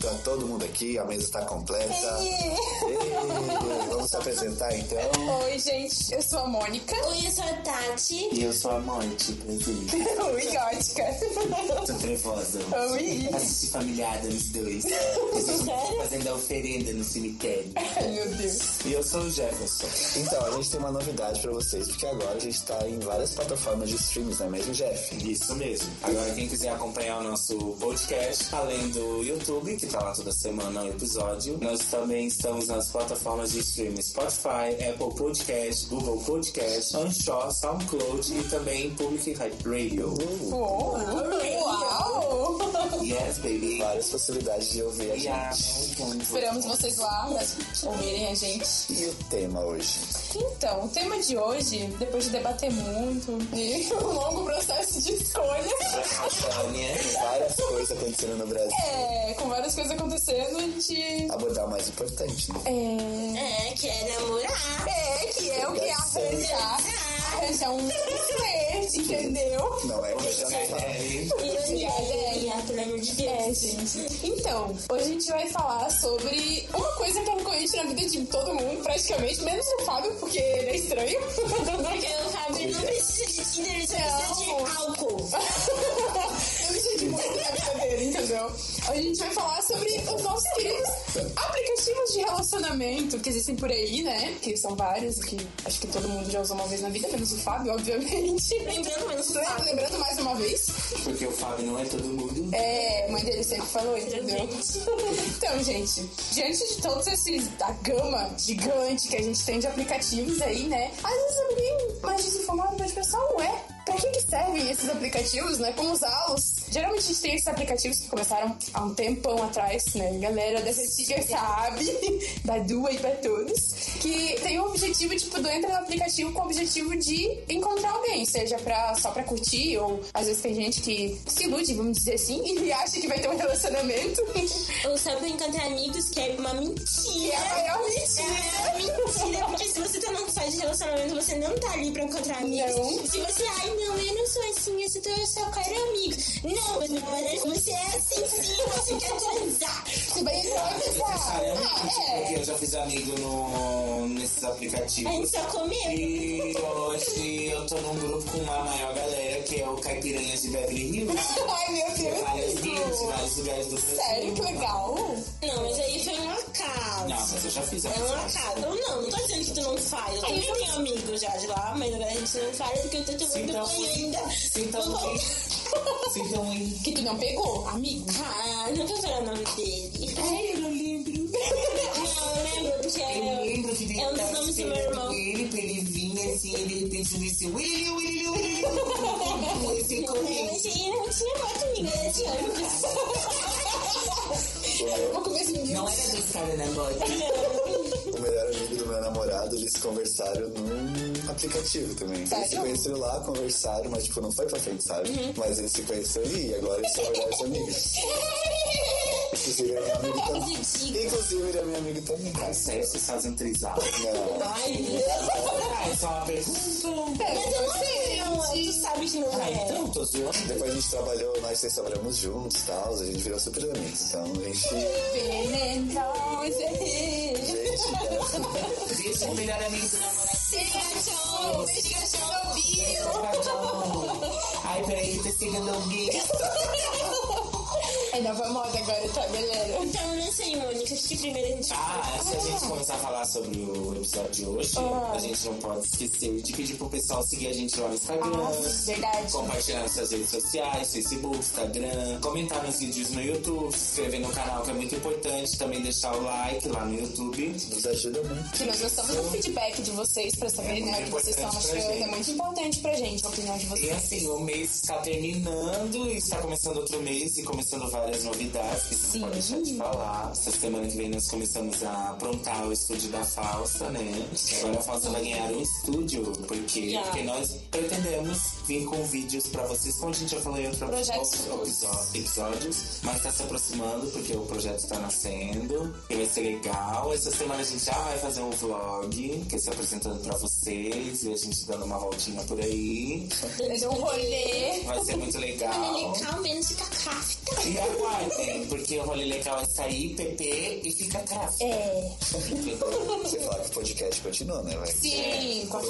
tá todo mundo aqui, a mesa está completa. Tá. Ei, vamos se apresentar então. Oi, gente, eu sou a Mônica. Oi, eu sou a Tati. E eu sou a Monte, presente. Oi, gótica. Tô nervosa. Oi. Assisti familiar dos dois. Vocês estão fazendo a oferenda no cemitério. Ai, meu Deus. E eu sou o Jefferson. Então, a gente tem uma novidade pra vocês, porque agora a gente tá em várias plataformas de streams, não é mesmo, Jeff? Isso mesmo. Agora, quem quiser acompanhar o nosso podcast, além do YouTube, que tá lá toda semana um episódio, nós também estamos nas plataformas de streaming Spotify, Apple Podcast, Google Podcast, Anchor, SoundCloud e também Public Radio. Uou. Uau. Yes, baby. Várias facilidades de ouvir a E a gente. Esperamos vocês lá pra ouvirem a gente. E o tema hoje? Então, o tema de hoje, depois de debater muito e um longo processo de escolha, Amazônia. Várias coisas acontecendo no Brasil. é, com várias coisas acontecendo, a gente. Abordar o mais importante, né? É, É, que é namorar. é que é o que é arranjar. Arranjar um flerte, entendeu? Não é o É, Ironia, pelo amor de É, Deus. gente. Então, hoje a gente vai falar sobre uma coisa que é recorrente na vida de todo mundo, praticamente, menos o Fábio, porque ele é estranho. Porque o Fábio não precisa de Tinder, ele só precisa de Não. álcool. Eu me senti muito na vida dele, entendeu? A gente vai falar sobre os nossos queridos aplicativos de relacionamento que existem por aí, né? Que são vários, que acho que todo mundo já usou uma vez na vida, menos o Fábio, obviamente. Né? Lembrando menos o Fábio. Lembrando mais uma vez. Porque o Fábio não é todo mundo. É, mãe dele sempre falou, entendeu? Então, gente, diante de todos esses. da gama gigante que a gente tem de aplicativos aí, né? Às vezes alguém mais desinformado pode pensar, ué, pra que, que servem esses aplicativos, né? Como usá-los? Geralmente a gente tem esses aplicativos que começaram há um tempão atrás, né? Galera dessa antiga sabe, da Dua e pra todos, que tem o objetivo, tipo, do entra no aplicativo com o objetivo de encontrar alguém, seja pra, só pra curtir, ou às vezes tem gente que se ilude, vamos dizer assim, e acha que vai ter um relacionamento. Ou só pra encontrar amigos, que é uma mentira. É a maior É mentira. uma mentira, porque se você tá num site de relacionamento, você não tá ali pra encontrar amigos. Não. Se você, ai não, eu não sou assim, eu só, eu só quero amigos. Não, mas na verdade você é assim sim, você quer transar. Se bem que não é bizarro. Ah, é. Porque eu já fiz amigo no, nesses A gente aplicativos. só comeu. E hoje eu tô num grupo com uma maior galera, que é o Caipiranhas de Beverly Hills. Ai, meu Várias Deus. games, vários lugares do Brasil. Sério, que legal. Não, mas aí foi um acaso. Não, mas eu já fiz É um amizade. acaso. Não, não, não tô dizendo que tu não faz. Eu também tenho amigos já de lá, mas agora a gente não faz porque eu tô tomando Sintam banho muito. ainda. Sintam Vou- muito. Sintam muito. é Que tu não pegou, amigo. Ah, não vou falar o nome dele. Ai, É, eu não lembro. Não, eu lembro, porque Eu é. lembro que ele É um dos tava nomes do esperando meu irmão. Ele, pra ele vinha assim, e de repente eu disse: William, William, William. Ele ficou Mas ele não tinha mais comigo, era de anos. Eu vou comer esse menino. Não era dos caras, né, boy? O melhor amigo do meu namorado, eles conversaram num aplicativo também. Eles se Sério? Uhum. conheceram lá, conversaram, mas tipo, não foi pra frente, sabe? Mas eles se conheceram ali e agora eles são melhores amigos. Inclusive, ele é meu amigo Uhum. também. Ridículo. Inclusive, ele é meu amigo também. É. Ai, sério, Tá vocês fazem trisal. Não. Ai, Deus. Ah, é só uma pergunta. É, Mas eu não sei, não, gente. tu sabe que não Ah, é. então, tô zoando. Depois a gente trabalhou, nós três trabalhamos juntos e tal, a gente virou super amigos. Então, a gente. Venenosa. gente Deixa é o melhor amigo do namorado. Investigação, investigação, bio. Ai, peraí, que tá chegando alguém. É nova moda agora, tá, galera? Então, eu não sei, Mônica, o que primeiro a gente Ah, antes da gente começar a falar sobre o episódio de hoje, Ah. a gente não pode esquecer de pedir pro pessoal seguir a gente lá no Instagram. Ah, verdade. Compartilhar nas suas redes sociais, Facebook, Instagram, comentar nos vídeos no YouTube, se inscrever no canal que é muito importante, também deixar o like lá no YouTube. nos ajuda muito. Que nós gostamos do feedback de vocês pra saber, né, É o que muito vocês estão importante pra achando. É gente. muito importante pra gente a opinião de E vocês. assim, o mês está terminando e está começando outro mês e começando várias novidades que você Sim. pode deixar de falar. Essa semana que vem nós começamos a aprontar o estúdio da Falsa, né? Agora a Falsa vai ganhar um estúdio, porque, Yeah. porque nós pretendemos vir com vídeos pra vocês, como a gente já falou em outro Projetos futuros. episódio, episódios, mas tá se aproximando porque o projeto tá nascendo e vai ser legal. Essa semana a gente já vai fazer um vlog, que é se apresentando pra vocês. vocês e a gente dando uma voltinha por aí. Ele deu um rolê. Vai ser muito legal. Lelecal menos fica cafta. E aguardem, porque o rolê legal vai sair, PP e fica atrás. É. Você fala que o podcast continua, né, velho? Sim, com a é,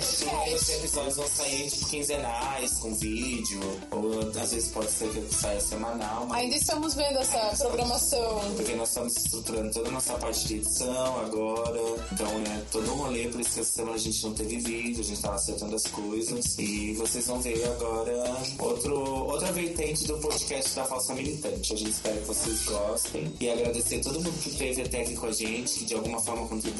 Flora. Podcast, Os episódios vão sair tipo quinzenais, com vídeo, ou às vezes pode ser que saia semanal, mas Ainda estamos vendo essa programação. porque nós estamos estruturando toda a nossa parte de edição agora. Então, né, todo um rolê, por isso que essa semana a gente não teve vídeo, a gente tava acertando as coisas. E vocês vão ver agora outro, outra vertente do podcast da Falsa Militante. A gente espera que vocês gostem. E agradecer a todo mundo que esteve até aqui com a gente, que de alguma forma contribuiu,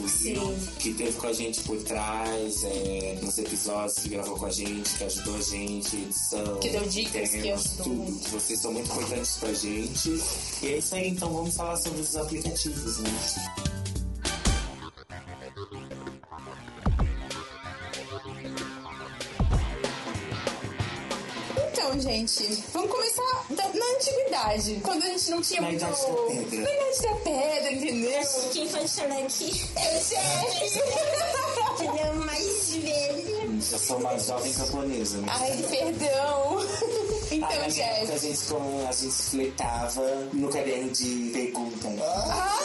que esteve com a gente por trás, é, nos episódios, que gravou com a gente, que ajudou a gente, edição. Que deu dicas, que temas, ajudou tudo. muito. Vocês são muito importantes pra gente. E é isso aí, então vamos falar sobre os aplicativos, né? Então, gente, vamos começar da- na antiguidade. Quando a gente não tinha Na muito. idade da pedra. Na idade da pedra, entendeu? Quem pode falar aqui é o chefe. chefe. Ele é o mais velho. Eu sou uma jovem japonesa, né? Ai, perdão. Ah, Então, mas Jéssica. a gente, como a gente fletava no caderno de pergunta. Ah!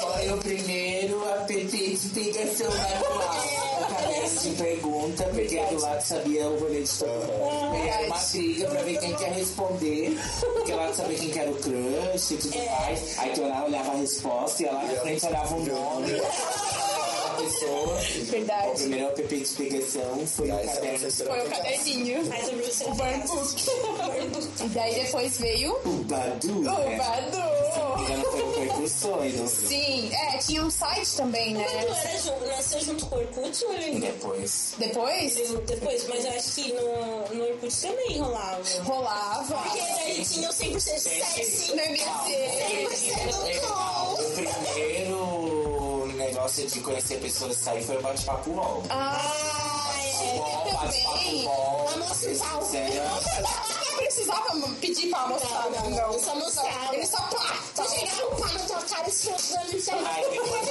Foi o primeiro app de pegação manual. O caderno de pergunta, porque do lado sabia o rolê de todo mundo. E Era uma briga pra ver quem quer responder. Porque lá sabia quem que era o crush e tudo mais. Aí tu olhava, olhava a resposta e lá na frente olhava o nome. da Pessoa. Verdade. O primeiro app de pegação foi o Aí essa caderno de professora Foi o caderninho. Mas a professora O burn book. E daí depois veio o Badu. né? Badu. Ela foi o percussor, e não sei. Sim, é, tinha um site também, né? Quando era junto, nasceu junto com o Orkut ou ele Depois. Depois veio depois? Mas eu acho que no, no Orkut também rolava. rolava. Porque daí tinha o 100% sexy. No MSN. O primeiro negócio de conhecer pessoas e sair foi o bate-papo UOL. Ah, UOL, bate-papo também. UOL. Almoço pau. Não precisava pedir pra mostrar, não. Não, não. eu só mostrava. Ele só pá, Vou pá. chegar com o pau na tua cara e se jogando em cima. Aí depois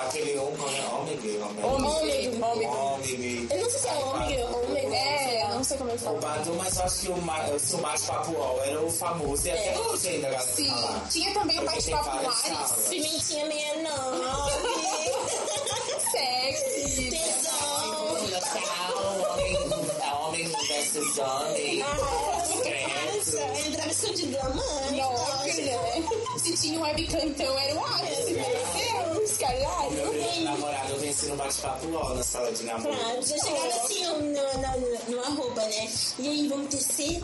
aquele ômega, Ômega, ômega. ômega. Eu não sei se é ômega ou ômega. É, não sei como ele O fala. Badu, mas eu acho que o, ma- se o bate-papo UOL era o famoso e até hoje ainda a galera Sim, fala. tinha também o Porque tem bate-papo várias Lares. salas. Pimentinha 69. Sexy. Tesão. Homem versus homem. Nossa, entrava escondidão, mano. Nossa, né? Se tinha um webcam, então era o ápice. Meu Deus, Meu caralho. primeiro namorado eu venci no bate-papo UOL na sala de namoro. Claro, já chegava assim no, no, no, no arroba, né? E aí, vamos tecer?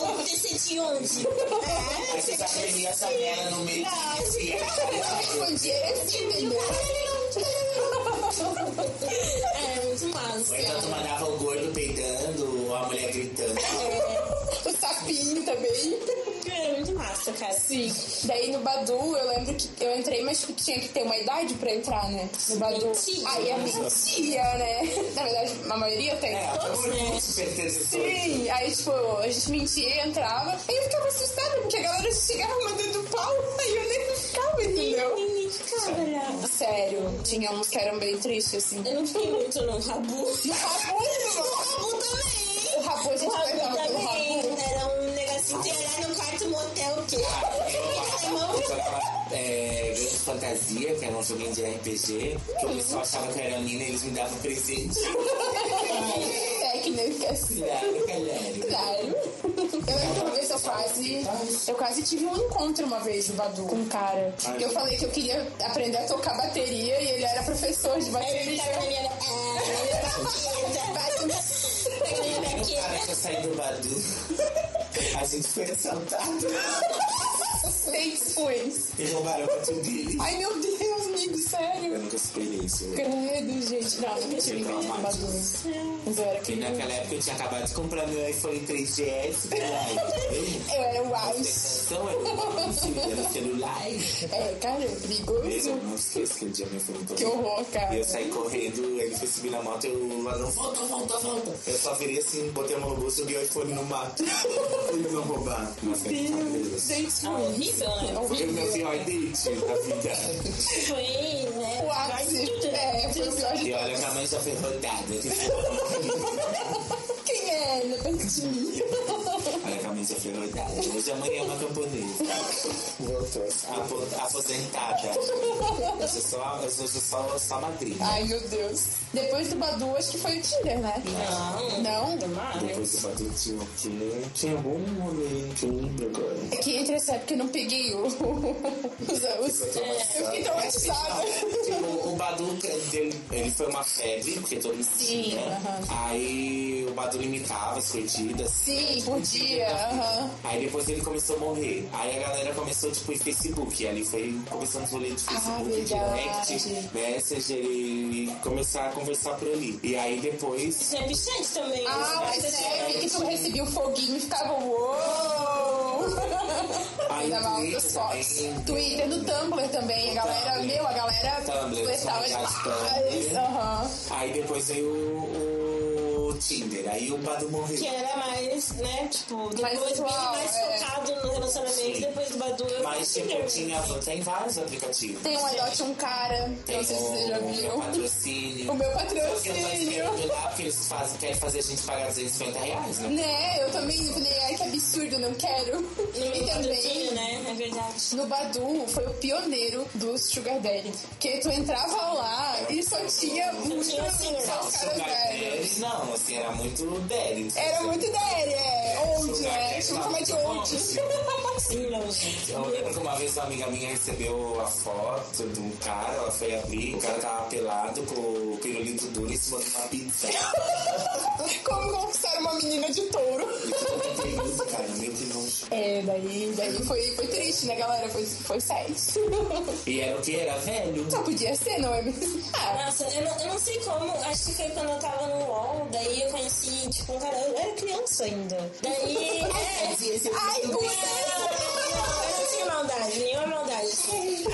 vamos tecer de onde? Ah, Aí você já prendia essa merda no meio Não, do dia. Eu respondi esse, entendeu? É, muito massa. Ou então tu mandava o gordo peidando, ou a mulher gritando. O sapinho também. É, muito massa, cara. Sim. Daí no Badu, eu lembro que eu entrei, mas tipo, tinha que ter uma idade pra entrar, né? No Badu. Mentira. Aí é mentira, né? Na verdade, a maioria tem. É, todo mundo pertenceu. Sim, aí tipo, a gente mentia, entrava, aí eu ficava assustada, porque a galera chegava mandando pau, aí eu nem ficava, entendeu? Ninguém ficava, né? Sério, tinha uns que eram bem tristes, assim. Eu não fiquei muito no rabu. No rabu, Rabu também. o rabu, a O gente Rabu pegava o também rabu. era um negocinho que era no quarto motel, o quê? É, Grande Fantasia, que era um joguinho de RPG, que o pessoal achava que eu era mina e eles me davam presente. Técnica, assim. Claro, galera. Claro. Eu lembro que uma vez eu quase. Eu quase tive um encontro uma vez no Badu com um cara. Eu falei que eu queria aprender a tocar bateria e ele era professor de Aí ele bateria. tava na minha. É, na minha baqueta. Pega minha Cara, baqueta. que eu saí do Badu, a gente foi assaltado um Seis fãs. e roubaram o tudo dele. Ai meu Deus, amigo, Eu sério. nunca superei isso. né? Credo, gente. Não, eu não tive Foi encontro no Badu. traumático. Mas eu era E criança. né? naquela época eu tinha acabado de comprar meu iPhone 3GS. caralho. Eu era o auge. questão é o celular. É, cara, é Mesmo, eu perigoso. não esqueço que o dia me foi muito Que horror, cara. E eu saí correndo, ele foi subir na moto, eu ladrão, volta, volta, volta. Eu só virei assim, botei a mão no bolso, joguei o iPhone no mato. Ele não roubar. Mas foi maravilhoso. Gente, É horrível, né? Foi o meu horrível. pior date da vida. Foi, né? O ápice. É, foi o pior de E olha que a mãe já foi rodada. que foi. Quem é? Ainda perto de mim. Olha que a mãe já foi rodada. Hoje a mãe é uma camponesa. Voltou. apo- Aposentada. Eu sou só, eu sou só, só madrinha. Ai, meu Deus. Depois do Badu, acho que foi o Tinder, né? Não? Não. Depois do Batu tinha o quê? Tinha algum rolê que eu não lembro agora. É que entre essa época eu não peguei o... os, os... Eu fiquei traumatizada. Tipo, o Badu, ele, ele foi uma febre, porque todo mundo tinha. né? Aí o Badu limitava as curtidas. Sim, por dia. aham. Aí depois ele começou a morrer. Aí a galera começou, tipo, em Facebook. E ali foi começando os rolês de Facebook, Ah, verdade. direct, Messenger e começar a conversar por ali. E aí depois. Snapchat é também. Ah, mas é que tu recebia o foguinho e ficava uou! Aí Ainda mal Twitter das fotos. também. Twitter no Tumblr também, a galera, Tumblr. meu, a galera Tumblr, né? flertava Tumblr, demais. Tumblr. Aham. Aí depois veio o, o Tinder. Aí o Badu morreu. Que era mais, né? Tipo, depois bem uau, mais é. focado no relacionamento. Sim. Depois do Badu, eu Mas fui tipo, Tinder. tinha, tem vários aplicativos. Tem um adote um cara, Tem não sei se vocês já o meu viram. patrocínio. O meu tá Eu tô patrocínio. esperando lá porque eles fazem, querem fazer a gente pagar 250 reais, né? Né, eu também falei, ai que absurdo, não quero. No E também. patrocínio, né? É verdade. No Badu foi o pioneiro do Sugar Daddy. Porque tu entrava lá e só tinha muito tinha assim, só os Sugar caras velhos. Daddy, não, assim, era muito assim, Daddy. Era muito ideia, é. Old, né? Tinha uma de old. Sim, não, gente. Eu lembro que uma vez uma amiga minha recebeu a foto de um cara, ela foi abrir, o cara tava pelado com o pirulito duro em cima de uma pizza. Como conquistar uma menina de touro. Isso, cara, meu que nojo. É, daí, daí foi, foi triste, né, galera? Foi, foi sério. E era o que? Era velho? um Só podia ser, não é mesmo? Ah, Nossa, eu não, eu não sei como, acho que foi quando eu tava no UOL, daí eu conheci, tipo, um cara, eu era criança ainda. Daí, é, ai, Não, eu não tinha maldade, nenhuma maldade.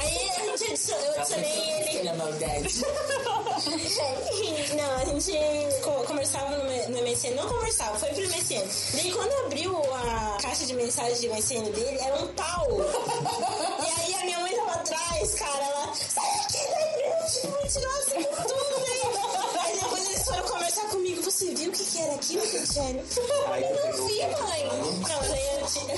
Aí a gente adicionou, eu adicionei ele. Era maldade. Não, a gente co- conversava no, me- no MSN, não conversava, foi pro MSN. Daí quando abriu a caixa de mensagem do MSN dele, era um pau. e aí a minha mãe tava atrás, cara, ela, sai daqui da igreja, mentirosa, com tudo, hein? Aí depois eles foram conversar comigo, você viu o que, que era aquilo, Cristiano? Aí Eu pegou não o vi, cara mãe. falando. Não, daí eu tinha.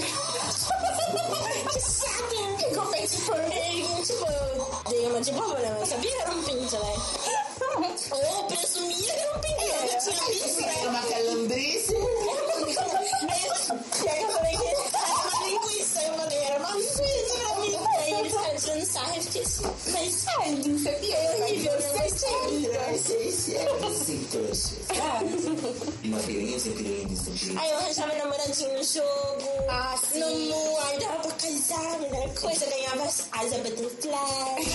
que saco! Que compete por Aí, tipo, eu dei uma de boba, né? Eu sabia que era um pinto, né? Ou presumia que era um pinto, né? Eu tinha pinto, né? uma calambrice. E aí eu falei que era uma linguiça. Eu falei, era uma linguiça, era um pinto. Aí eles ficaram tirando sarro e eu fiquei assim, mas... Ai, não sabia, eu nível Vai ser esse ano, sim, trouxa. Uma pirinha, sem pirinha, sem pirinha. Aí eu arranjava namoradinho no jogo. Ah, sim. No nu, aí dava pra casar, melhor coisa. Ganhava as as butterfly.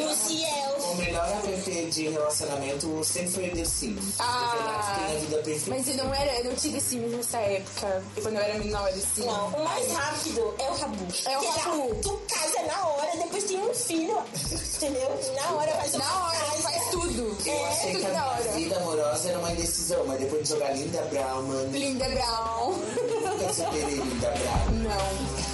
No Ciel. O melhor app de relacionamento sempre foi o The Sims. Ah. Na verdade, tem a vida perfeita. Mas eu não era, eu não tive Sims nessa época. E quando eu era menor, assim. Não, o mais rápido é o Rabu. É o Que Rabu. Tu casa na hora, depois tem um filho, entendeu? Na hora faz uma Na hora, casa. faz tudo. Eu É, achei tudo que a na minha hora. vida amorosa era uma indecisão, mas depois de jogar Linda Brown, mano, Linda Brown. nunca superei Linda Brown. Não.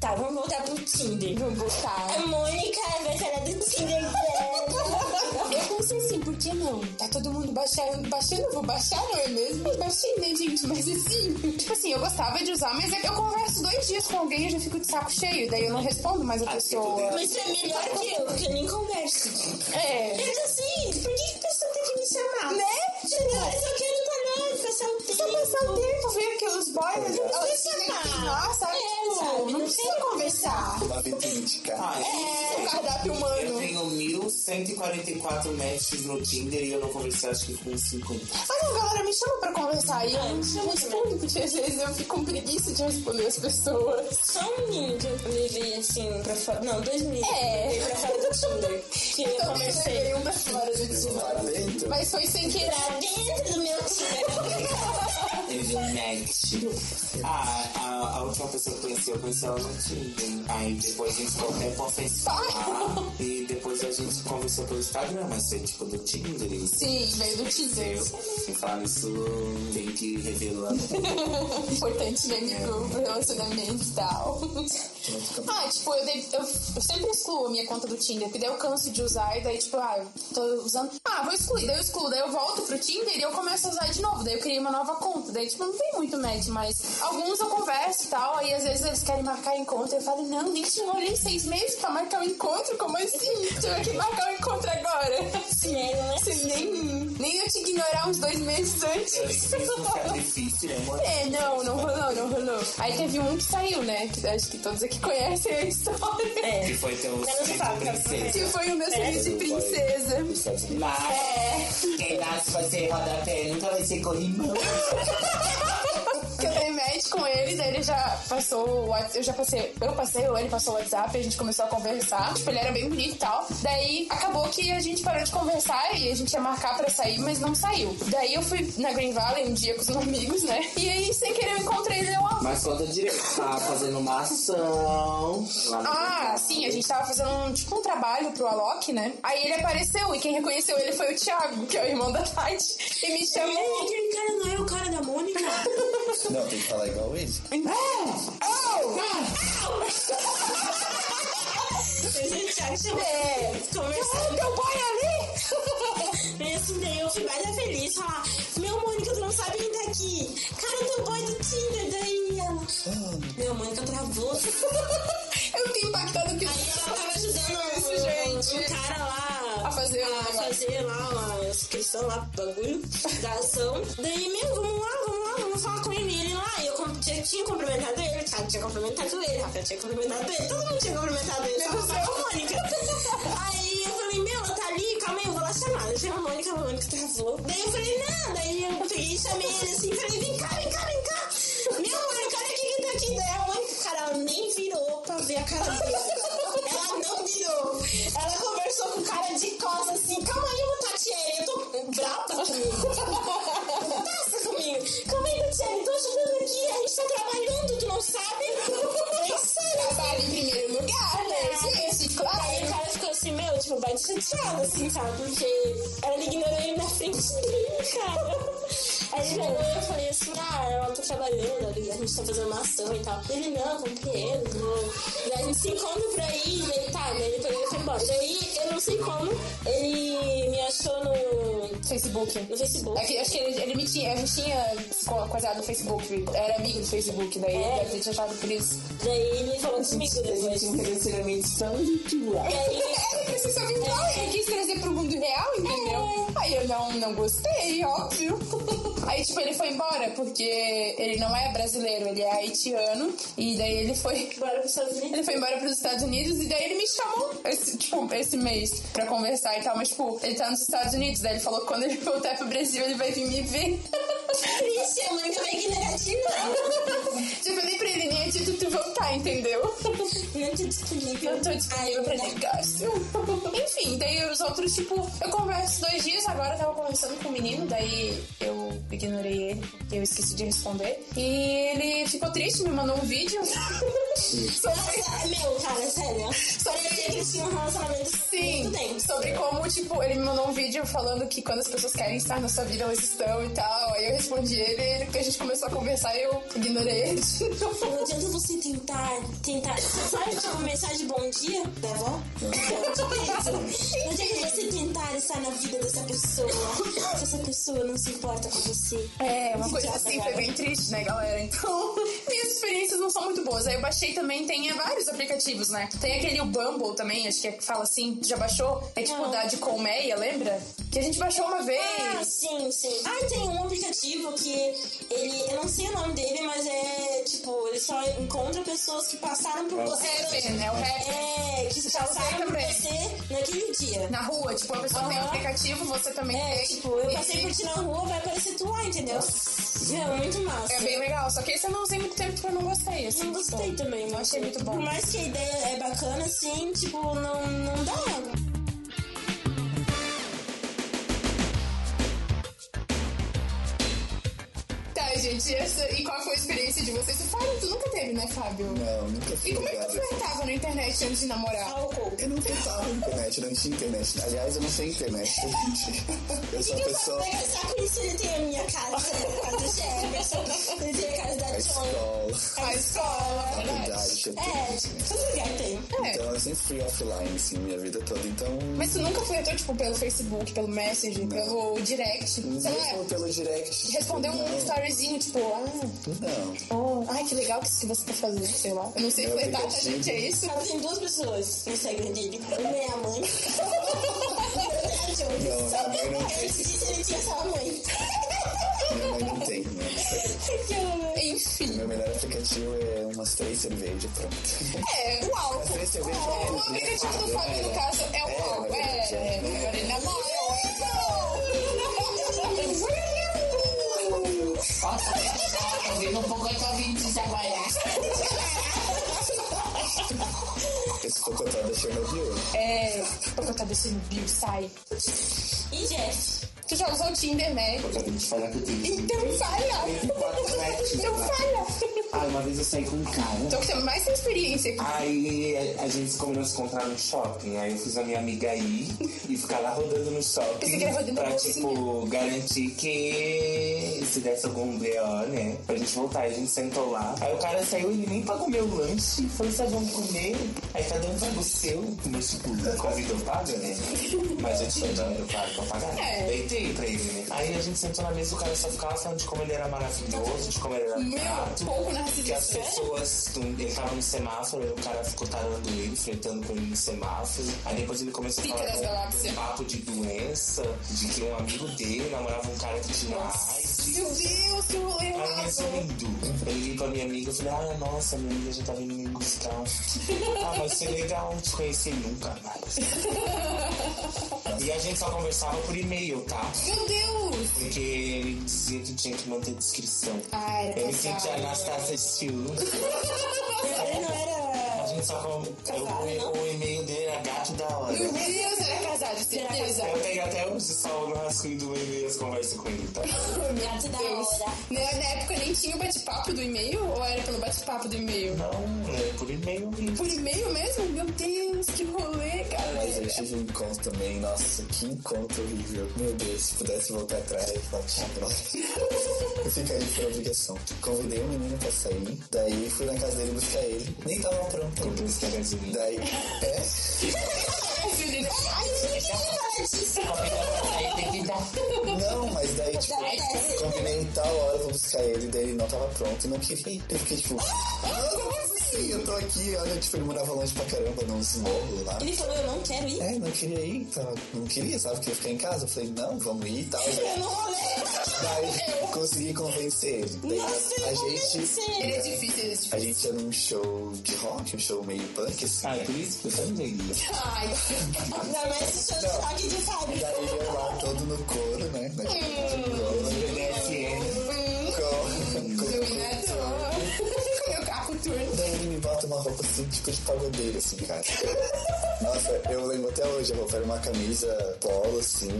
Tá, vamos voltar pro Tinder. Vamos voltar. A Mônica é veterana do Tinder dela. Eu pensei assim, por que não? Tá todo mundo baixando, baixando, eu vou baixar, não é mesmo? Eu baixei, né, gente? Mas assim, tipo assim, eu gostava de usar, mas é que eu converso dois dias com alguém e eu já fico de saco cheio, daí eu não respondo mais a pessoa. Mas é melhor que eu, porque eu nem converso. É. Mas assim, por que que a pessoa tem que me chamar? Né? Eu só quero estar lá, e passar o tempo. Só passar o tempo, ver aqueles boys, mas eu não precisa sei sabe? É, Tipo, sabe? Não precisa conversar. Uma vitrine de carro. Ah, É, o É, cardápio eu humano. tenho 44 matches no Tinder e eu não conversei acho que com 50. Ah, não, galera, me chama pra conversar. E eu Ah, me não chama respondo, porque às vezes eu fico com preguiça de responder as pessoas. Só um menino que eu levei assim pra fora. Não, dois meninos. É. que Eu levei pra fora do Tinder. Que eu Também comecei levei um pra fora do Tinder. Para dentro. Mas foi sem querer. pra dentro do meu Tinder. Ele deu match. Ah, a, a última pessoa que eu conheci, eu conheci ela no Tinder. Aí depois a gente ficou um tempo ofensivo. E depois a gente conversou pelo Instagram, mas foi tipo do Tinder. e- Sim, veio do Tinder. Eu, sem falar isso, tem que revelar. Importante meme pro relacionamento e tal. Ah, tipo, eu, dei- eu, eu sempre excluo a minha conta do Tinder, porque daí eu canso de usar e daí, tipo, ah, eu tô usando. Ah, vou excluir, daí eu excluo, daí eu volto pro Tinder e eu começo a usar de novo, daí eu criei uma nova conta. Daí, tipo, não tem muito match, mas alguns eu converso e tal, aí às vezes eles querem marcar encontro, eu falo, não, nem chegou nem seis meses pra marcar o encontro, como assim? Tive que marcar o encontro agora. Sim, é, não é? Você nem, nem eu te ignorar uns dois meses antes. Isso é difícil, né, amor? É, não, não rolou, não rolou. Aí teve um que saiu, né? Que acho que todos aqui conhecem a história. É. Que foi teu Ela não espírito sabe, ela não princesa. Que foi o meu serviço de princesa. Mas É, quem nasce pra ser rodapé nunca vai ser corrimão. que eu dei match com ele, daí ele já passou o WhatsApp. Eu já passei, eu passei, ou ele passou o WhatsApp, a gente começou a conversar. Tipo, ele era bem bonito e tal. Daí acabou que a gente parou de conversar e a gente ia marcar pra sair, mas não saiu. Daí eu fui na Green Valley um dia com os amigos, né? E aí, sem querer, eu encontrei ele, eu, ah, ó, Mas conta direito, tá fazendo uma ação. lá no Ah, mercado. sim, a gente tava fazendo um, tipo um trabalho pro Alok, né? Aí ele apareceu e quem reconheceu ele foi o Thiago, que é o irmão da Tati. E me É, chamou. Aquele cara não é o cara da Mônica? Não, tem que falar igual ele. Oh, Mas o Thiago chamou. É. Conversando. Teu pai ali! E assim, daí eu fui mais feliz, falar, meu Mônica, tu não sabe quem tá aqui. Cara do boy do Tinder, daí ela. Meu Mônica travou. Eu fiquei impactada que Aí ela tava ajudando Isso, um, gente. um cara lá A fazer a uma- fazer lá a inscrição lá, pro bagulho da ação. Daí, meu, vamos lá, vamos lá, vamos falar com ele. Ele lá, eu com- tinha, tinha cumprimentado ele, o Thiago tinha cumprimentado ele, Rafael tinha cumprimentado ele, todo mundo tinha cumprimentado ele, só Menos faltava eu. a Mônica. Aí eu falei, meu, ela tá ali, calma aí, eu vou lá chamar. Eu chamo a Mônica, a Mônica travou. Daí eu falei, não, daí eu peguei e chamei ele assim, falei, vem cá, vem cá, vem cá. Meu, Mônica, olha quem que tá aqui. Daí a Mônica, cara, ela nem virou pra ver a cara dele. Ela não virou. Ela conversou com o cara de costas assim, calma aí, meu Tatiele, eu tô brava comigo. Passa comigo. Calma aí, Tatiele, tô ajudando aqui, a gente tá trabalhando, tu não sabe? "É Nem sabe. Trabalho em primeiro lugar, né? Gente, Aí o claro. cara ficou assim, meu, tipo, vai chateado, assim, sabe? Porque ela ignorou ele na frente dele, cara. Aí ele pegou e eu falei assim, ah, ela tá trabalhando, ali, a gente tá fazendo uma ação e tal. Ele, não, compreendo. Daí a gente se encontra por aí, e ele tá, daí ele pegou e foi embora. Daí, eu não sei como, ele me achou no, Facebook. no Facebook. É que- acho que ele, ele me tinha, a gente tinha co- coisado no Facebook, era amigo do Facebook, daí É. ele deve ter achado por isso. Daí ele falou comigo A gente depois. tem um relacionamento tão ritual. E aí, É, porque você sabe igual, ele quis trazer pro mundo real, entendeu? É. Aí eu não, não gostei, óbvio. Aí, tipo, ele foi embora, porque ele não é brasileiro, ele é haitiano. E daí ele foi. bora pros Estados Unidos. Ele foi embora pros Estados Unidos e daí ele me chamou esse, tipo, esse mês pra conversar e tal. Mas, tipo, ele tá nos Estados Unidos. Daí ele falou que quando ele voltar pro Brasil, ele vai vir me ver. Triste, é a Mônica veio aqui negativa. tipo, eu nem pra ele nem antes de tu voltar, entendeu? Não tô disponível. Ah, Eu tô disponível pra negócio. Enfim, daí os outros, tipo, eu converso dois dias, agora eu tava conversando com o menino, daí eu ignorei ele, porque eu esqueci de responder. E ele ficou triste, me mandou um vídeo. sobre, Nossa, é meu, cara, sério. Só que ele tinha um relacionamento sim, muito tempo. sobre como, tipo, ele me mandou um vídeo falando que quando as pessoas querem estar na sua vida, elas estão e tal. Aí eu respondi ele, ele porque a gente começou a conversar e eu ignorei ele de novo. Não adianta você tentar, tentar. Sabe, tipo, uma mensagem de bom dia da avó? Tipo isso. Não adianta você tentar estar na vida dessa pessoa se essa pessoa não se importa com você. É, uma Muito coisa idiota, assim, foi cara. bem triste, né, galera? Então, minhas experiências não são muito boas. Aí eu baixei também, tem eh, vários aplicativos, né? Tem aquele o Bumble também, acho que é que fala assim, tu já baixou? É tipo Não. da de colmeia, lembra? Que a gente baixou uma Ah, vez. sim, sim. Ah, tem um aplicativo que ele. Eu não sei o nome dele, mas é tipo, ele só encontra pessoas que passaram por você. Happen, é o Happen. É, que passaram por também. você naquele dia. Na rua, tipo, a pessoa tem um Ah. Aham. aplicativo, você também É, tem. tipo, eu E- passei por ti na rua, vai aparecer tu lá, entendeu? Meu, muito massa. É bem legal, só que esse eu não usei muito tempo porque eu não gostei. Assim, Não gostei tipo, também, Não achei muito bom. Por mais que a ideia é bacana, assim, tipo, não, não dá. Tá, gente, e, essa, e qual foi a experiência de vocês? O Fábio, tu nunca teve, né, Fábio? Não, nunca fui E como é que tu obrigado. flertava na internet antes de namorar? Álcool. Eu não tentava na internet, não tinha internet. Aliás, eu não tenho internet. Eu sou uma pessoa né? Vai casar com isso, ele tem a minha casa, a casa do Jefferson, ele tem a casa da da John, escola, a escola. faculdade, tinha tudo. É, todo lugar tem. É. Então eu sempre fui offline, assim, minha vida toda. Então, Mas tu nunca flertou, tipo, pelo Facebook, pelo Messenger, pelo direct? Sei mesmo lá, pelo direct. é, tipo, respondeu não, um storyzinho, tipo, ah, Não. oh, ai, que legal que isso que você tá fazendo, sei lá. Eu não sei É flertar, tá, aplicativo. gente? É isso? Só tem duas pessoas no Instagram dele. Uma é a mãe. É a John. Não, a mãe não Ele tem. disse que ele tinha só a mãe. Minha mãe não tem, né? Que horror. Enfim. Meu melhor aplicativo é umas três cervejas, pronto. É, o álcool. Três cervejas É, é o tudo, né? aplicativo do Fábio, no caso, é o É, álcool. mas É, é, é, agora ele namora. então. Nossa, tá vendo um pouco a tua vida de trabalhar. Esse cocotó da Chernobyl. É, porque eu tava sendo bio, sai. E Jeff? Tu já usou o Tinder, né? Eu acabei de falar que eu tenho. Então falha! Então né? falha! Ah, uma vez eu saí com um cara. Tô tendo mais experiência aqui. Aí a, a gente se combinou se encontrar no shopping. Aí eu fiz a minha amiga ir e ficar lá rodando no Pensei shopping. que era rodando na pra, bolsinha. tipo, garantir que se desse algum BO, né? Pra gente voltar. Aí a gente sentou lá. Aí o cara saiu, ele nem pagou meu lanche. Falou, vocês vão comer? Aí cada um pagou o seu. Mas, tipo, convidou paga, né? Mas eu tinha dinheiro claro pra pagar. É. Deitei pra ele, né? Aí a gente sentou na mesa e o cara só ficava falando de como ele era maravilhoso, de como ele era gato Meu, um pouco que as narcisista. pessoas, ele tava no semáforo, aí o cara ficou tarando ele, enfrentando com ele no semáforo. Aí depois ele começou a Pica das falar um galáxias. papo de doença, de que um amigo dele namorava um cara que tinha AIDS. Meu Deus, que rolê Ah, Aí errado. resumindo, eu liguei pra minha amiga e falei, ah, nossa, minha amiga já tá vindo me buscar. Ah, mas foi legal, não te conheci nunca mais. E a gente só conversava por e-mail, tá? Meu Deus! Porque ele dizia que tinha que manter descrição. Ai, é tá era Eu me senti casado. Anastasia Steele. Ele não A era. gente só com... eu- o, o e-mail dele era gato da hora. Meu Deus, era casado, certeza. Eu tenho até um hoje salvo no rascunho do e-mail as conversas com ele, tá? Gato da hora. Na, na época nem tinha o bate-papo do e-mail? Ou era pelo bate-papo do e-mail? Não, é por e-mail mesmo. Por e-mail mesmo? Meu Deus, que rolê, cara. Mas eu tive um encontro também, nossa, que encontro horrível. Meu Deus, se pudesse voltar atrás, eu batia a Eu ficaria por obrigação. Convidei o menino pra sair, daí fui na casa dele buscar ele. Nem tava pronto ainda. Depois que a gasolina. Daí, é, Ai, Juliana, ai, gente, que falar disso. Aí tem que dar. não, mas daí, tipo, Acontece. combinei tal hora pra buscar ele, daí ele não tava pronto e não queria ir. Eu fiquei tipo, não, como assim? Eu tô aqui, olha, tipo, ele morava longe pra caramba, nos morros lá. Ele falou, eu não quero ir. É, não queria ir, então, não queria, sabe, que ia ficar em casa. Eu falei, não, vamos ir e tal. Eu não rolê. Daí consegui convencer ele. Daí, Nossa, eu a convenci gente. Ele é difícil, ele é difícil. A gente era num show de rock, um show meio punk, assim. Ah, né? por isso que eu também ia. Ai, Ainda mais se chama de choque de fábrica. Daí eu lá todo no couro, né? Na com, com, BDSM. É. iluminador. Meu carro turno. Daí ele me bota uma roupa assim, tipo de pagodeiro, assim, cara. Nossa, eu lembro até hoje, a roupa era uma camisa polo, assim,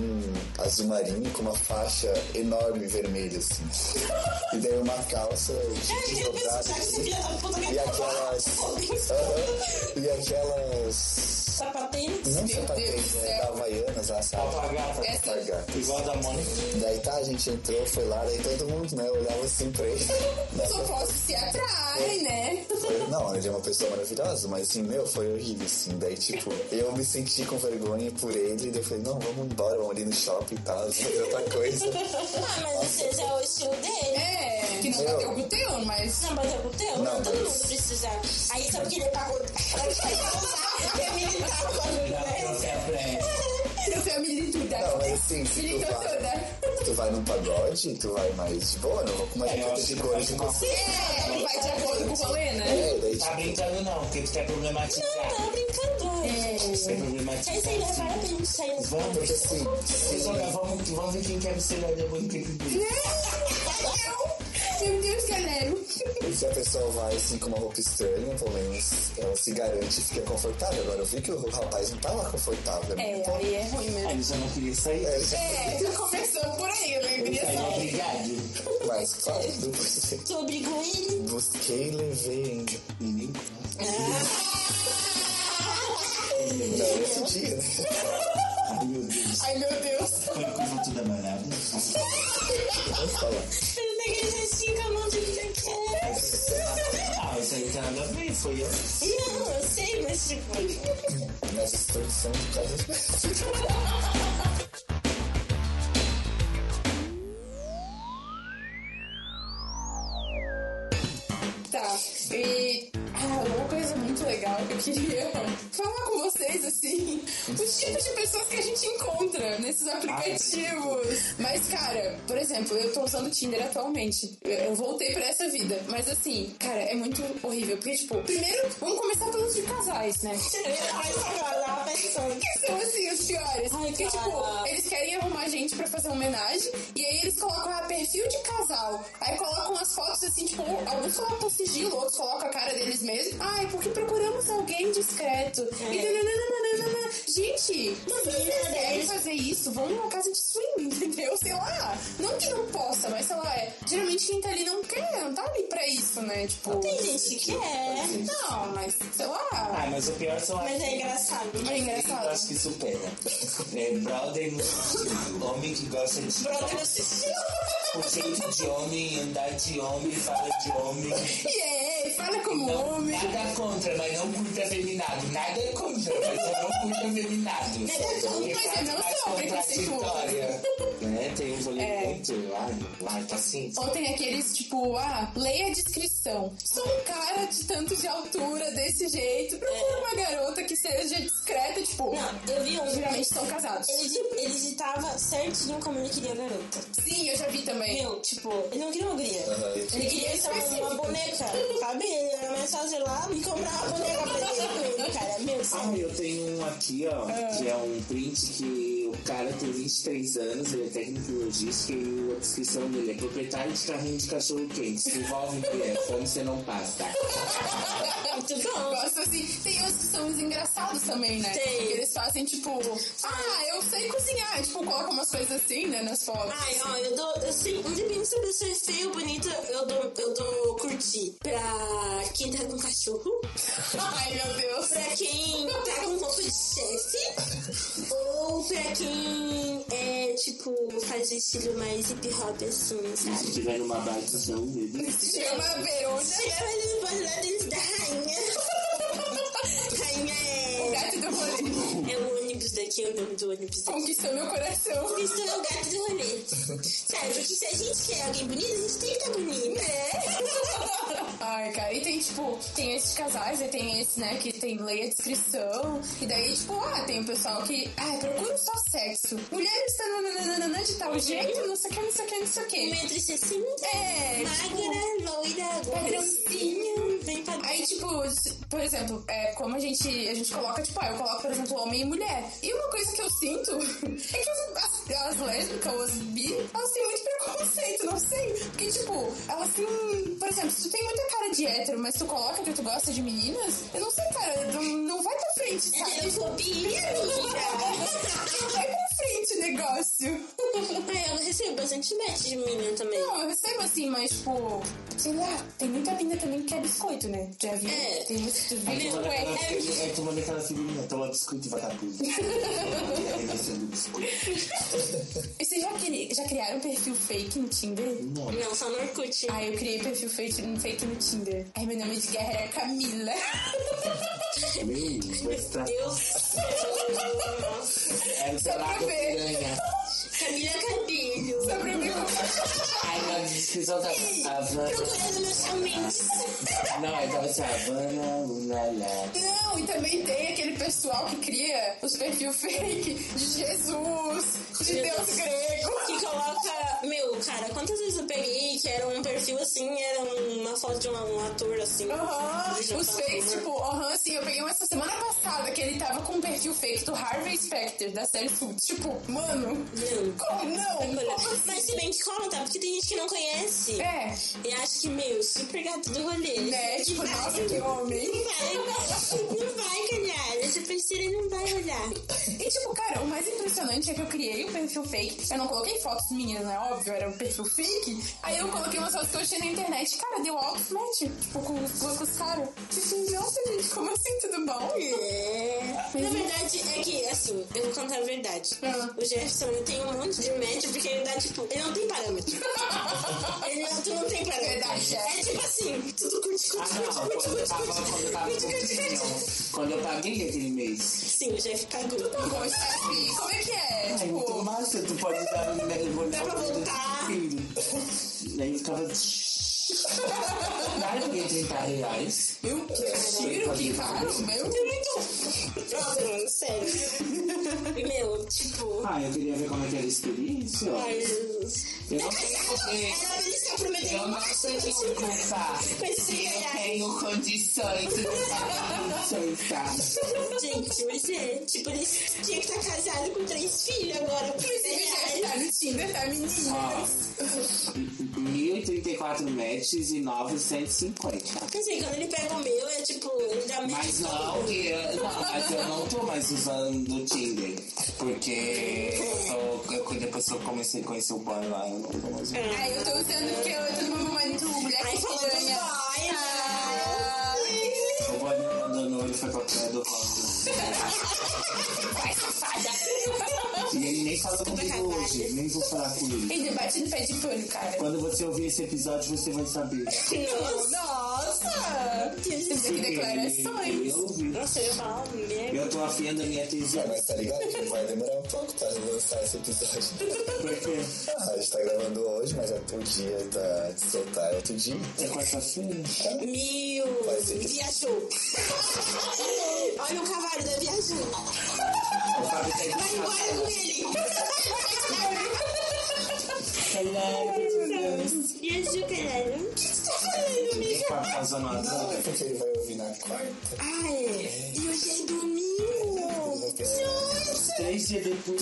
azul marinho, com uma faixa enorme vermelha, assim. E daí uma calça É, Eu de queria pensar desdobrada, que esse assim. filho da puta E quer acabar. aquelas. Aham. e aquelas. Sapatênis. Não Meu Deus sapatês, do né? céu. Da Havaianas, lá, sabe? Apagada. Essa- Largatas. Igual a da Mônica. Daí tá, a gente entrou, foi lá, daí todo mundo, né, olhava assim pra ele. Só posso se atrai, né? Foi- Não, ele é uma pessoa maravilhosa, mas assim, meu, foi horrível, assim. Daí, tipo, eu me senti com vergonha por ele, e daí eu falei, não, vamos embora, vamos ali no shopping e tal, fazer outra coisa. Ah, mas você já é o estilo dele. É, que não Eu- bateu com o teu, mas. Não, mas é pro teu. Não, Todo mas- mundo precisa. Aí sabe que ele é pagodeiro. Ele vai usar. Ele é militar com a Da mulher. própria prédio. Você foi a militudade. Não, mas assim, se tu Militância né? vai, tu vai num pagode, tu vai mais de boa, não vou com uma É, eu jaqueta acho de que couro vai de com uma- cozinha. É, não vai de acordo com o rolê, né? É, daí, Tá tipo, brincando não, porque tu quer problematizar. Não, tá brincando. Você problematiza. Aí você ainda vai bem saindo Vamos, porque assim, Vocês se, olham, Vamos, vamos ver quem quer me ser olhador e quem que Eu, meu Deus, galera. se a pessoa vai assim com uma roupa estranha, pelo menos ela se garante e fica confortável. Agora eu vi que o rapaz não tava confortável. né? É, aí é ruim mesmo. Aí eu já não queria sair. É, já- É, já começou por aí, eu Eu queria saí só. obrigado. Mas claro, depois Tu obrigou ele. busquei e levei ainda. Menino. Não, nesse dia, né? Ai, meu Deus. Ai, meu Deus. Foi coisa toda malada. Vamos falar. Eu peguei jeitinho com a mão de quem quer. Ah, isso aí não tem nada a ver. Foi eu. Não, eu sei, mas tipo. Mas estou são por causa Tá. E ah, uma coisa muito legal que eu queria falar com vocês, assim, os tipos de pessoas que a gente encontra nesses aplicativos. Mas, cara, por exemplo, eu tô usando o Tinder atualmente. Eu- Eu voltei pra essa vida. Mas assim, cara, é muito horrível. Porque, tipo, primeiro, vamos começar pelos de casais, né? Eu ia falar isso agora, tava pensando. que são assim os piores. Ai, Porque, cara. tipo, eles querem arrumar gente pra fazer uma homenagem e aí eles colocam ah, perfil de casal. Aí colocam as fotos assim, tipo, alguns colocam sigilo, outros colocam a cara deles mesmos. Ai, porque procuramos alguém discreto. E É. nananana. Gente, Sim, vocês né, querem deles. fazer isso? Vão numa casa de swing, entendeu? Sei lá. Não que não possa, mas sei lá, é. Geralmente quem tá ali não quer, não tá ali pra isso, né? Tipo. Tem gente que é. Não, mas sei lá. Ah, mas o pior são Mas é aqueles. engraçado. É Eu engraçado. acho que supera. É brother no sentido. Homem que gosta de. Brother, eu assisti. O jeito de homem, andar de homem, fala de homem. E é, fala como Então, Não, homem. nada contra, mas não curta afeminado. Nada é contra, mas eu não curto afeminado. Porque é Mas faz eu não mais sou é preconceituosa. contraditória. Né? Tem um rolê É. muito. Ai, ai, tá assim. Ou tem aqueles tipo, ah, leia a descrição. Sou um cara de tanto de altura, desse jeito. Procura uma garota que seja discreta, tipo. Não, eu vi um. Geralmente são casados. Ele, di- ele digitava certinho como ele queria a garota. Sim, eu já vi também. Meu, tipo, ele não queria uma guria. Ele queria só uma boneca, sabe? Ele era mais fácil ir lá e comprar uma boneca pra ele com ele, cara. Meu, Ah, sério. eu tenho um aqui, ó, que é um print que o cara tem 23 anos, ele é técnico em logística e a descrição dele é proprietário de carrinho de cachorro quente, se envolve mulher, fome você não passa. tá? É Muito Eu bom. Gosto assim. Tem uns que são os engraçados também, né? Tem. Que Eles fazem tipo, ah, eu sei cozinhar. Tipo, colocam umas coisas assim, né, nas fotos. Ai, ó, eu dou. Eu sei, independente se a pessoa é feia ou bonita, eu dou, eu dou curtir. Pra quem tá com cachorro, Ai, meu Deus. pra quem tá com roupa de chefe, ou pra quem é, tipo, faz um estilo mais hip hop assim, sabe? Uhum. Se tiver numa baitação, ele... Chama a Verônia. Chegava eles botam lá dentro da rainha. rainha O é. gato do rolê. É o ônibus daqui, é o nome do ônibus daqui. Conquistou meu coração. Isso é o gato do rolê. Sabe, porque se a gente quer alguém bonito, a gente tem que estar bonito. É. né? Ai, cara, e tem tipo, tem esses casais, e tem esse, né, que tem lei a descrição, e daí, tipo, ah, tem o pessoal que, ah, procura só sexo. Mulheres tá tananana de tal jeito, não sei o que, não sei o que, não sei o Um que. metro e sessenta. É, tipo, Magra, loira, padrãozinho. Bem padrão. Aí, tipo, s- por exemplo, é, como a gente, a gente coloca, tipo, ah, eu coloco, por exemplo, homem e mulher. E uma coisa que eu sinto é que as, as, as lésbicas, as bi, elas têm muito preconceito, não sei. Porque, tipo, elas têm. um- Por exemplo, se tu tem muita cara de hétero, mas tu coloca que tu gosta de meninas, eu não sei, cara, não, não vai pra frente, É sabe? Xerofobia, Não amiga. vai pra frente o negócio. Ai, eu recebo bastante match de menina também. Não, eu recebo assim, mas, tipo, sei lá, tem muita mina também que é biscoito, né? Já vi. É. Tem muito. Tu Aí vê, tu manda ué, aquela é figurinha- aí tu manda aquela figurinha, toma biscoito e vagabundo. Arremessando biscoito. E vocês já, cri- já criaram perfil fake no Tinder? Não. Não, só no Orkut. Ah, eu criei perfil fake, um fake no Tinder. Ai, meu nome de guerra era Camila. Meu, vai estar... Deus. É o pra pelado ver. piranha. Camila Cabelho. Só pra ver como- Ai, meu descrição tá tava Havana. Procurando meus caminhos. Não, aí tava assim, Havana, ulala. Não, e também tem aquele pessoal que cria os perfil fake de Jesus, de Deus grego. Que coloca. Meu, cara, quantas vezes eu peguei que era um perfil assim, era uma foto de um, um ator assim. Aham, de um os fakes, ator. tipo, aham, assim, eu peguei uma essa semana passada que ele tava com um perfil fake do Harvey Specter, da série Suits. Tipo, mano, Não. como não? Como assim? Mas se bem que conta, porque tem gente que não conhece. É, E acha que, meu, super gato do rolê. né? Tipo, Vai, nossa, que homem. Não vai, não vai, calhar. Essa parceira não vai olhar. E tipo, cara, o mais impressionante é que eu criei o perfil fake. Eu não coloquei fotos minhas, né? Óbvio, era um perfil fake. Aí eu coloquei umas fotos que eu achei na internet. Cara, deu alto match. Tipo, com, com, com os caras. Tipo, nossa, gente, como assim? Tudo bom? É. Na verdade, é que, assim, eu vou contar a verdade. Ah. O Jefferson ele tem um monte de médio porque ele dá, tipo, ele não tem parâmetro. ele não, tu não tem parâmetro. Verdade, Jeff. é tipo assim, tudo curte, Ah, curte, curte, não, curte, quando eu curte, tava, curte, quando eu tava curte, com curte, curte. opinião, quando eu paguei aquele mês. Sim, o Jeff cagou. Bom, chefe, como é que é? Ai, muito Tipo, massa, tu pode dar um mega Dá pra voltar. E aí ficava. Cara, eu paguei 30 reais. meu tiro, que caro, meu. É muito. Não, Bruno, sério. Meu, tipo. Ah, eu queria ver como é que era a experiência. Ai, Jesus. Eu Tá não sei casado? porquê. Era pra ele se comprometer Eu com não sei bastante. como começar. Com esse Eu reais. tenho condições de aceitar. Gente, mas é, tipo, ele tinha que estar casado com três filhos agora. por Inclusive, é Jeff tá no Tinder, tá, menina? Ó, 1034 matches e 950. Assim, quando ele pega o meu, é tipo, ele dá medo Mas de todo não, mundo. eu, não, mas eu não tô mais usando o Tinder. Porque eu tô, eu- depois que eu comecei a conhecer o boy lá, eu não tô mais usando. Aí eu tô usando porque eu tô no momento mulher Aí falou pro piranha. boy, né? Ah, O boy me mandou no olho e foi pra praia do rosa. Vai, safada. E ele nem falou comigo caralho. hoje, nem vou falar com ele. Ele bate no pé de pano, cara. Quando você ouvir esse episódio, você vai saber. Nossa, Nossa! Temos aqui declarações. Eu ouvi. nossa, eu ia falar um uma merda. Eu tô afim da minha é Ah, tesoura. mas tá ligado que vai demorar um pouco pra lançar esse episódio. Porque Ah, a gente tá gravando hoje, mas até o dia da, de soltar é outro dia. Então, é quarta-feira. Meu, Vai ser que- viajou. Olha o cavalo da viajou. O Fábio tá Vai embora com ele. tá em Viajou, caralho. O que você tá falando, O amiga? Fábio tá usando uma Não, é porque ele vai ouvir na quarta. Ai, e hoje Ah, é domingo. né? Nossa. Três dias depois.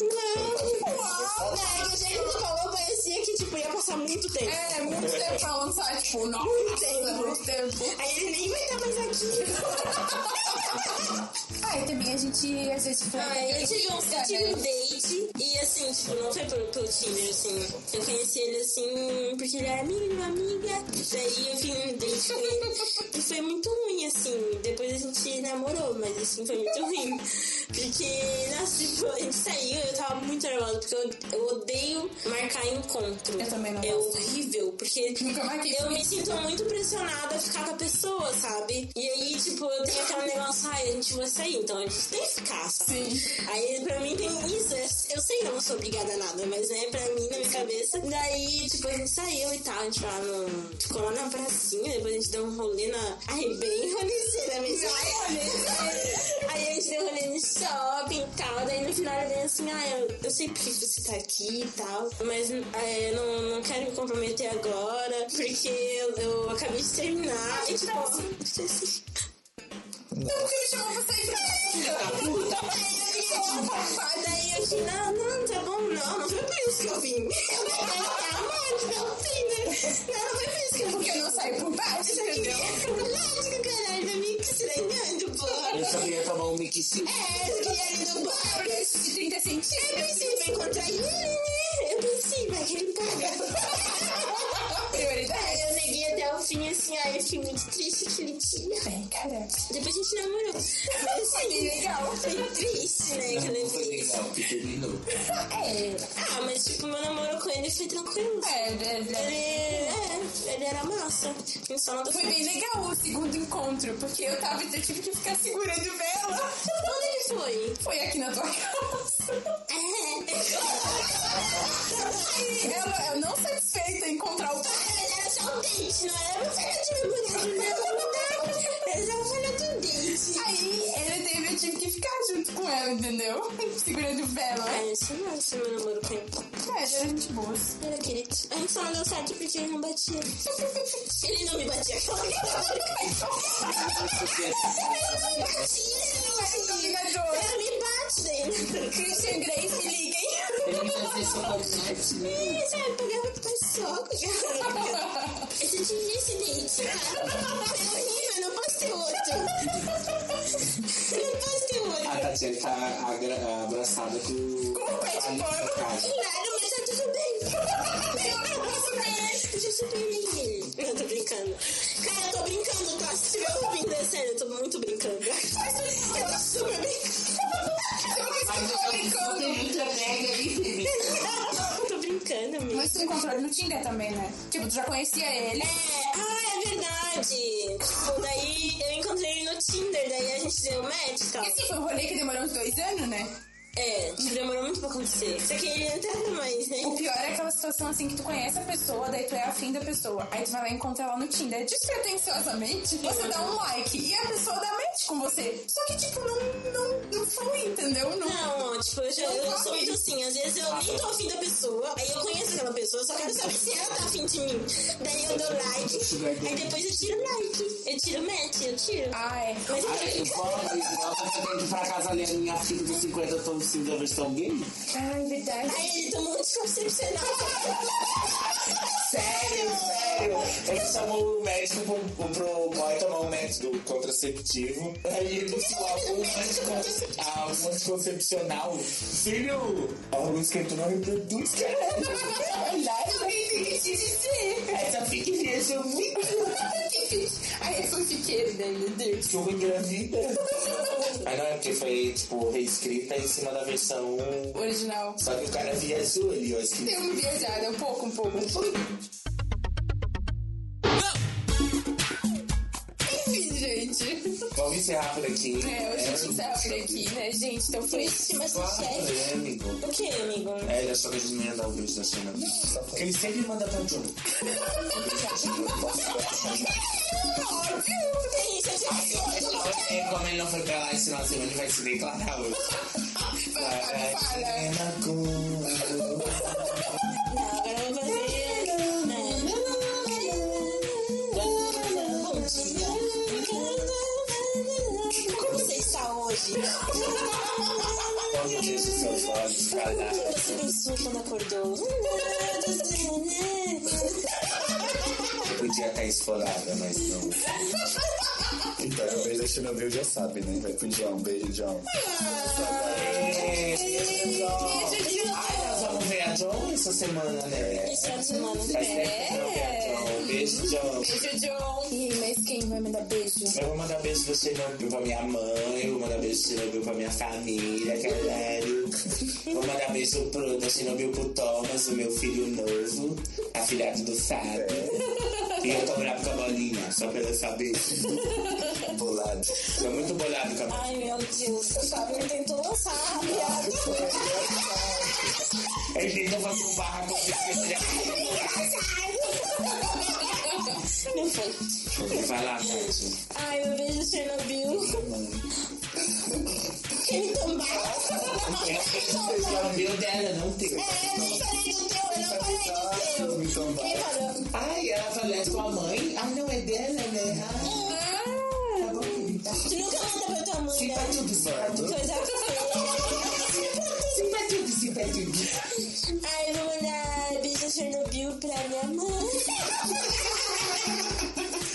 Não, uau! Cara, que o jeito que tu falou parecia que tipo, ia passar muito tempo. É, muito tempo falando, sabe? Tipo, nossa, muito tempo. Aí ele nem vai estar mais aqui. Ah, e também a gente às vezes fala. Ai, eu tive um, eu tive um Né? date e assim, tipo, não foi pelo, pelo Tinder, assim. Eu conheci ele assim, porque ele era amigo de uma amiga. Daí eu fiz um date com ele. E foi muito ruim, assim. Depois a gente namorou, mas assim, foi muito ruim. Porque, nossa, tipo, a gente saiu, eu tava muito nervosa, porque eu, eu odeio marcar encontro. Eu também não É gosto. horrível, porque Nunca marquei. eu me sinto muito pressionada a ficar com a pessoa, sabe? E aí, tipo, eu tenho aquele negócio, ai, a gente vai sair, então a gente tem que ficar, sabe? Sim. Aí, pra mim, tem isso. é, Eu sei que eu não sou obrigada a nada, mas é pra mim, na minha cabeça. Daí, tipo, a gente saiu e tal, a gente foi lá no... Ficou lá na pracinha, depois a gente deu um rolê na... Ai, bem né, roleceira mesmo. Ai, Aí a gente deu um rolê no shopping e tal, daí no final ele veio assim, ah, eu, eu sei porque você tá aqui e tal, mas é, eu não, não quero me comprometer agora, porque eu, eu acabei de terminar. E tipo, assim, Então, por que me chamou pra sair pra Daí eu falei, não, não, tá bom, não, não foi por isso que eu vim. Eu falei, tá bom, não tem, né? Não, não foi por isso que eu vim. Porque eu não saio por baixo, entendeu? Lógico, caralho, tá me estranhando, Eu porra. só queria tomar um mixinho. É, eu queria ir no bar. De 30 Eu centímetros. pensei, vai encontrar ele, né? Eu pensei, vai que ele paga. Aí Prioridade. eu neguei até o fim, assim, aí eu fiquei muito triste aquele dia. Bem, caraca. Depois a gente namorou. Mas assim, legal, foi triste, né? Aquela Não foi vez. legal, que terminou. É, Ah, mas tipo, meu namoro com ele foi tranquilo. é, é, é. Ele, é, ele era massa. Eu só não tô Foi bem legal o segundo encontro, porque eu tava, eu tive que ficar segurando vela. Onde ele foi? Foi aqui na tua casa. É. Ela, eu não satisfeita em encontrar o. Ele era só um dente, não era um filhotinho bonito, não. Ele era um filhotinho dente. Aí ele teve, eu tive que ficar junto com ela, entendeu? Segurando vela. Ai, esse não é esse meu namoro com ele. É, ele era gente boa. Era querido. A gente só não deu certo porque ele não batia. Ele não me batia. Ele não me batia, ele não batia. Ele engajou. Ele me bate dele. Christian Grey, se liguem. Ele fazia isso com a Ih, sabe, pegava com o soco. Esse tinha esse dente, cara. É horrível, eu não posso ter outro. Eu não posso ter outro. A Tatiana tá agra- abraçada é com... Com o pé de pano. Nada, mas tá tudo bem. Eu não posso parar. Eu já superei ele. Eu tô brincando. Cara, eu tô brincando, tá? Se tiver ouvindo, é sério, eu tô muito brincando. Eu tô super brincando. Eu tô brincando, amiga. Mas você encontrou ele no Tinder também, né? Tipo, tu já conhecia ele. É, ah, é verdade. Tipo, daí eu encontrei ele no Tinder, daí a gente deu match e tal. Porque assim, foi um rolê que demorou uns dois anos, né? É, demorou muito pra acontecer. Só que ele não tava mais, né? O pior é aquela situação assim que tu conhece a pessoa, daí tu é afim da pessoa. Aí tu vai lá e encontra ela no Tinder. Despretensiosamente, você dá um like e a pessoa dá match com você. Só que, tipo, não, não, não foi, entendeu? Não. Não, tipo, eu, já, eu sou muito assim. Às vezes eu nem tô afim da pessoa, aí eu conheço aquela pessoa, só quero saber se ela tá afim de mim. Daí eu dou like, aí depois eu tiro like. Eu tiro match, eu tiro. Ah, é. Mas eu tô Aí, brincando. volta, volta, você tem que ir pra casa ali, a minha filha dos 50 tons se da versão gay. Ah, é verdade. Aí ele tomou um desconcepcional. Sério, sério. Ele chamou É o médico pro, pro boy tomar um método contraceptivo. Aí ele buscou algum antico- algum anticoncepcional. né? Filho, alguns que tu não reproduz, cara. Essa fique viajou muito. Aí foi fiqueiro, daí, né, meu Deus. Jogo engravida. Aí não é porque foi, tipo, reescrita em cima da versão. um, Original. Só que o cara viajou ali, ó. escrito. Tem uma viajada, um pouco, um pouco, um pouco. Enfim, gente. Vamos encerrar por aqui. É, hoje a gente encerra por aqui, né, gente? Então foi Triste, mas Claro, Tipo, chefe. né, amigo? O que, amigo? É, ele achou que a gente não ia dar o vídeo assim, da né? China. Porque ele sempre manda pra John. Tem isso, eu já Hoje, É, como ele não foi pra lá esse final de semana, ele vai se declarar hoje. É, Fala, fala. Não, agora eu vou fazer. Bom dia. Como você está hoje? Como deixa os seus olhos pra lá. Você pensou quando acordou? Podia estar esfolada, mas não. Então, o beijo da Chernobyl já sabe, né? Vai pro John, beijo, John. Ai, É, nós vamos ver a John essa semana, né? Esse final de semana Faz tempo que não vê a John. Beijo, John. Beijo, John. Ih, mas quem vai me dar beijo? Eu vou mandar beijo do Chernobyl pra minha mãe, vou mandar beijo do Chernobyl pra minha família, caralho. Vou mandar beijo pro, do Chernobyl pro Thomas, o meu filho novo, afilhado do Fábio. E eu tô bravo com a bolinha, só pra ela saber. Bolado. Tô muito bolado com a bolinha. Ai meu Deus, o Fábio tentou lançar a piada. Ele tentou fazer um barra com o Não foi. Vai lá, Sérgio. Ai, meu beijo Chernobyl. Ele tombar. O Chernobyl dela não tem. É, eu não falei do teu, eu não falei do teu. Me tombar. Quem falou? Ai, ela falece com a mãe? Ai, não é dela, né? Ai, Ah, tá bom, querida. Tu nunca manda pra tua mãe, Sim, tá né? tudo certo. Coisa feia. Sim, tá tudo, sim, tá tudo. Ai, eu vou mandar beijo Chernobyl pra minha mãe.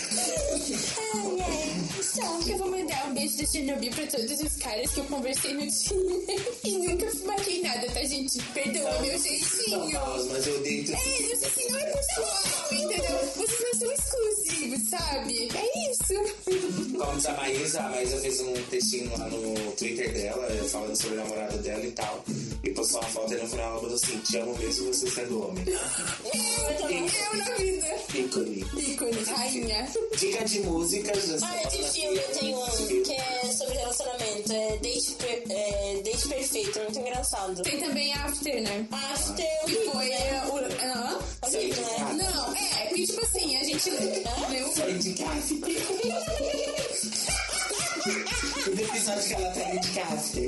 Ai, ai, só. eu vou mandar um beijo da Chernobyl pra todos os caras que eu conversei no Tinder e nunca marquei nada, tá, gente? Perdoa meu São jeitinho. Paulo, mas eu dentro. É, isso assim não é pessoal, entendeu? Vocês não são exclusivos, sabe? É isso. Como diz a Maísa, a Maísa fez um textinho lá no Twitter dela, falando sobre o namorado dela e tal. E postou uma foto e no final ela falou assim: Te amo mesmo você sendo homem. Eu na vida. Ícone. Ícone, rainha. Dica de músicas. da Ah, de semana. filme eu tenho um que é sobre relacionamento. É date, per- é date perfeito, muito engraçado. Tem também a After, né? After Que foi né? eh, o assim, a gente viu. Foi de café. O episódio que ela tá de café.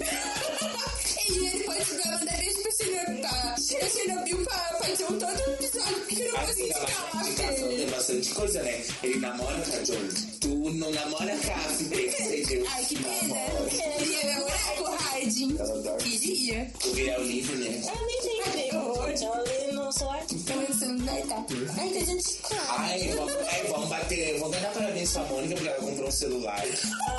E ele pode dar uma deixa pra Chernobyl, pra Chernobyl pra fazer um todo episódio, porque eu não Assim, consigo ela falar, tem indicação, tem filho. bastante coisa, né? Ele namora com a Jones. Tu não namora café, entendeu? Ai, que pena. Namora. Queria namorar com o Hardin. tá Queria. Tu é virar o livro, né? Eu nem tenho emprego, gente. Eu leio no celular. Então você não vai dar. Ai, tem gente que clama. Ai, vamos, ai, vamos bater. Vamos dar parabéns pra Mônica porque ela comprou um celular.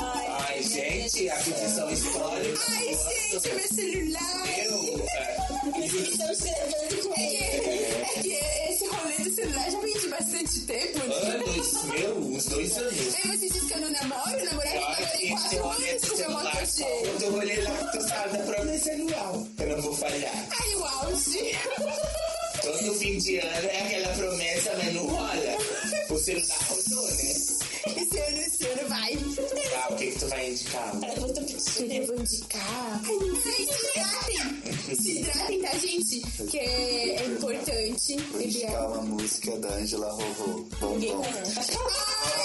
Ai, Ai, meu gente, a ficção histórica. Ai, gente, meu celular. Eu, é, Deus. Estamos escrevendo com É ele. que- é que esse rolê do celular já vem de bastante tempo, né? anos, meu, uns dois anos. Aí você diz que eu não namoro, eu namorei, eu Olha namorei que esse quatro homem é anos com o meu celular. motocheiro. Quando eu olhei lá, tu sabe da promessa anual. Eu não vou falhar. Ai, o Tá auge. Todo fim de ano é aquela promessa, mas não rola. O celular rodou, né? Esse ano, esse ano vai. Ah, o que que tu vai indicar? Ai, eu tô pedindo. Eu vou indicar. Ai, não sei, se hidratem. Se hidratem, tá, gente? Que é, é importante Vou beber indicar água. uma música da Angela Rovô. Bom, Ninguém bom. conhece.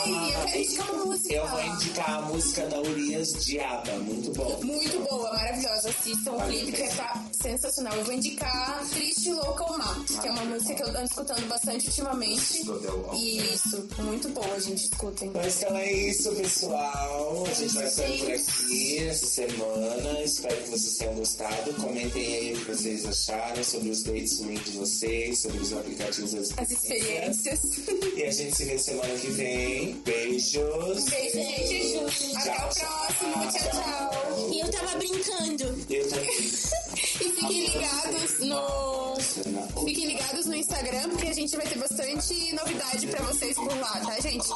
Ai, eu quero indicar uma música. Eu vou indicar a música da Urias Diaba, muito bom. Muito boa, maravilhosa. Assistam o clipe que tá sensacional. Eu vou indicar Triste Louca ou Rato, que é uma música que eu ando escutando bastante ultimamente. Do The Wall. E isso, muito boa, gente. Escutem. Mas então é isso, pessoal. A gente vai ficando por aqui essa semana. Espero que vocês tenham gostado. Comentem aí o que vocês acharam sobre os dates ruins de vocês, sobre os aplicativos das As experiências. E a gente se vê semana que vem. Beijos. Beijo, gente. Até o próximo. Tchau, tchau. E eu tava brincando. Eu também. E fiquem ligados no. Na outra. Fiquem ligados no Instagram, porque a gente vai ter bastante novidade pra vocês por lá, tá, gente?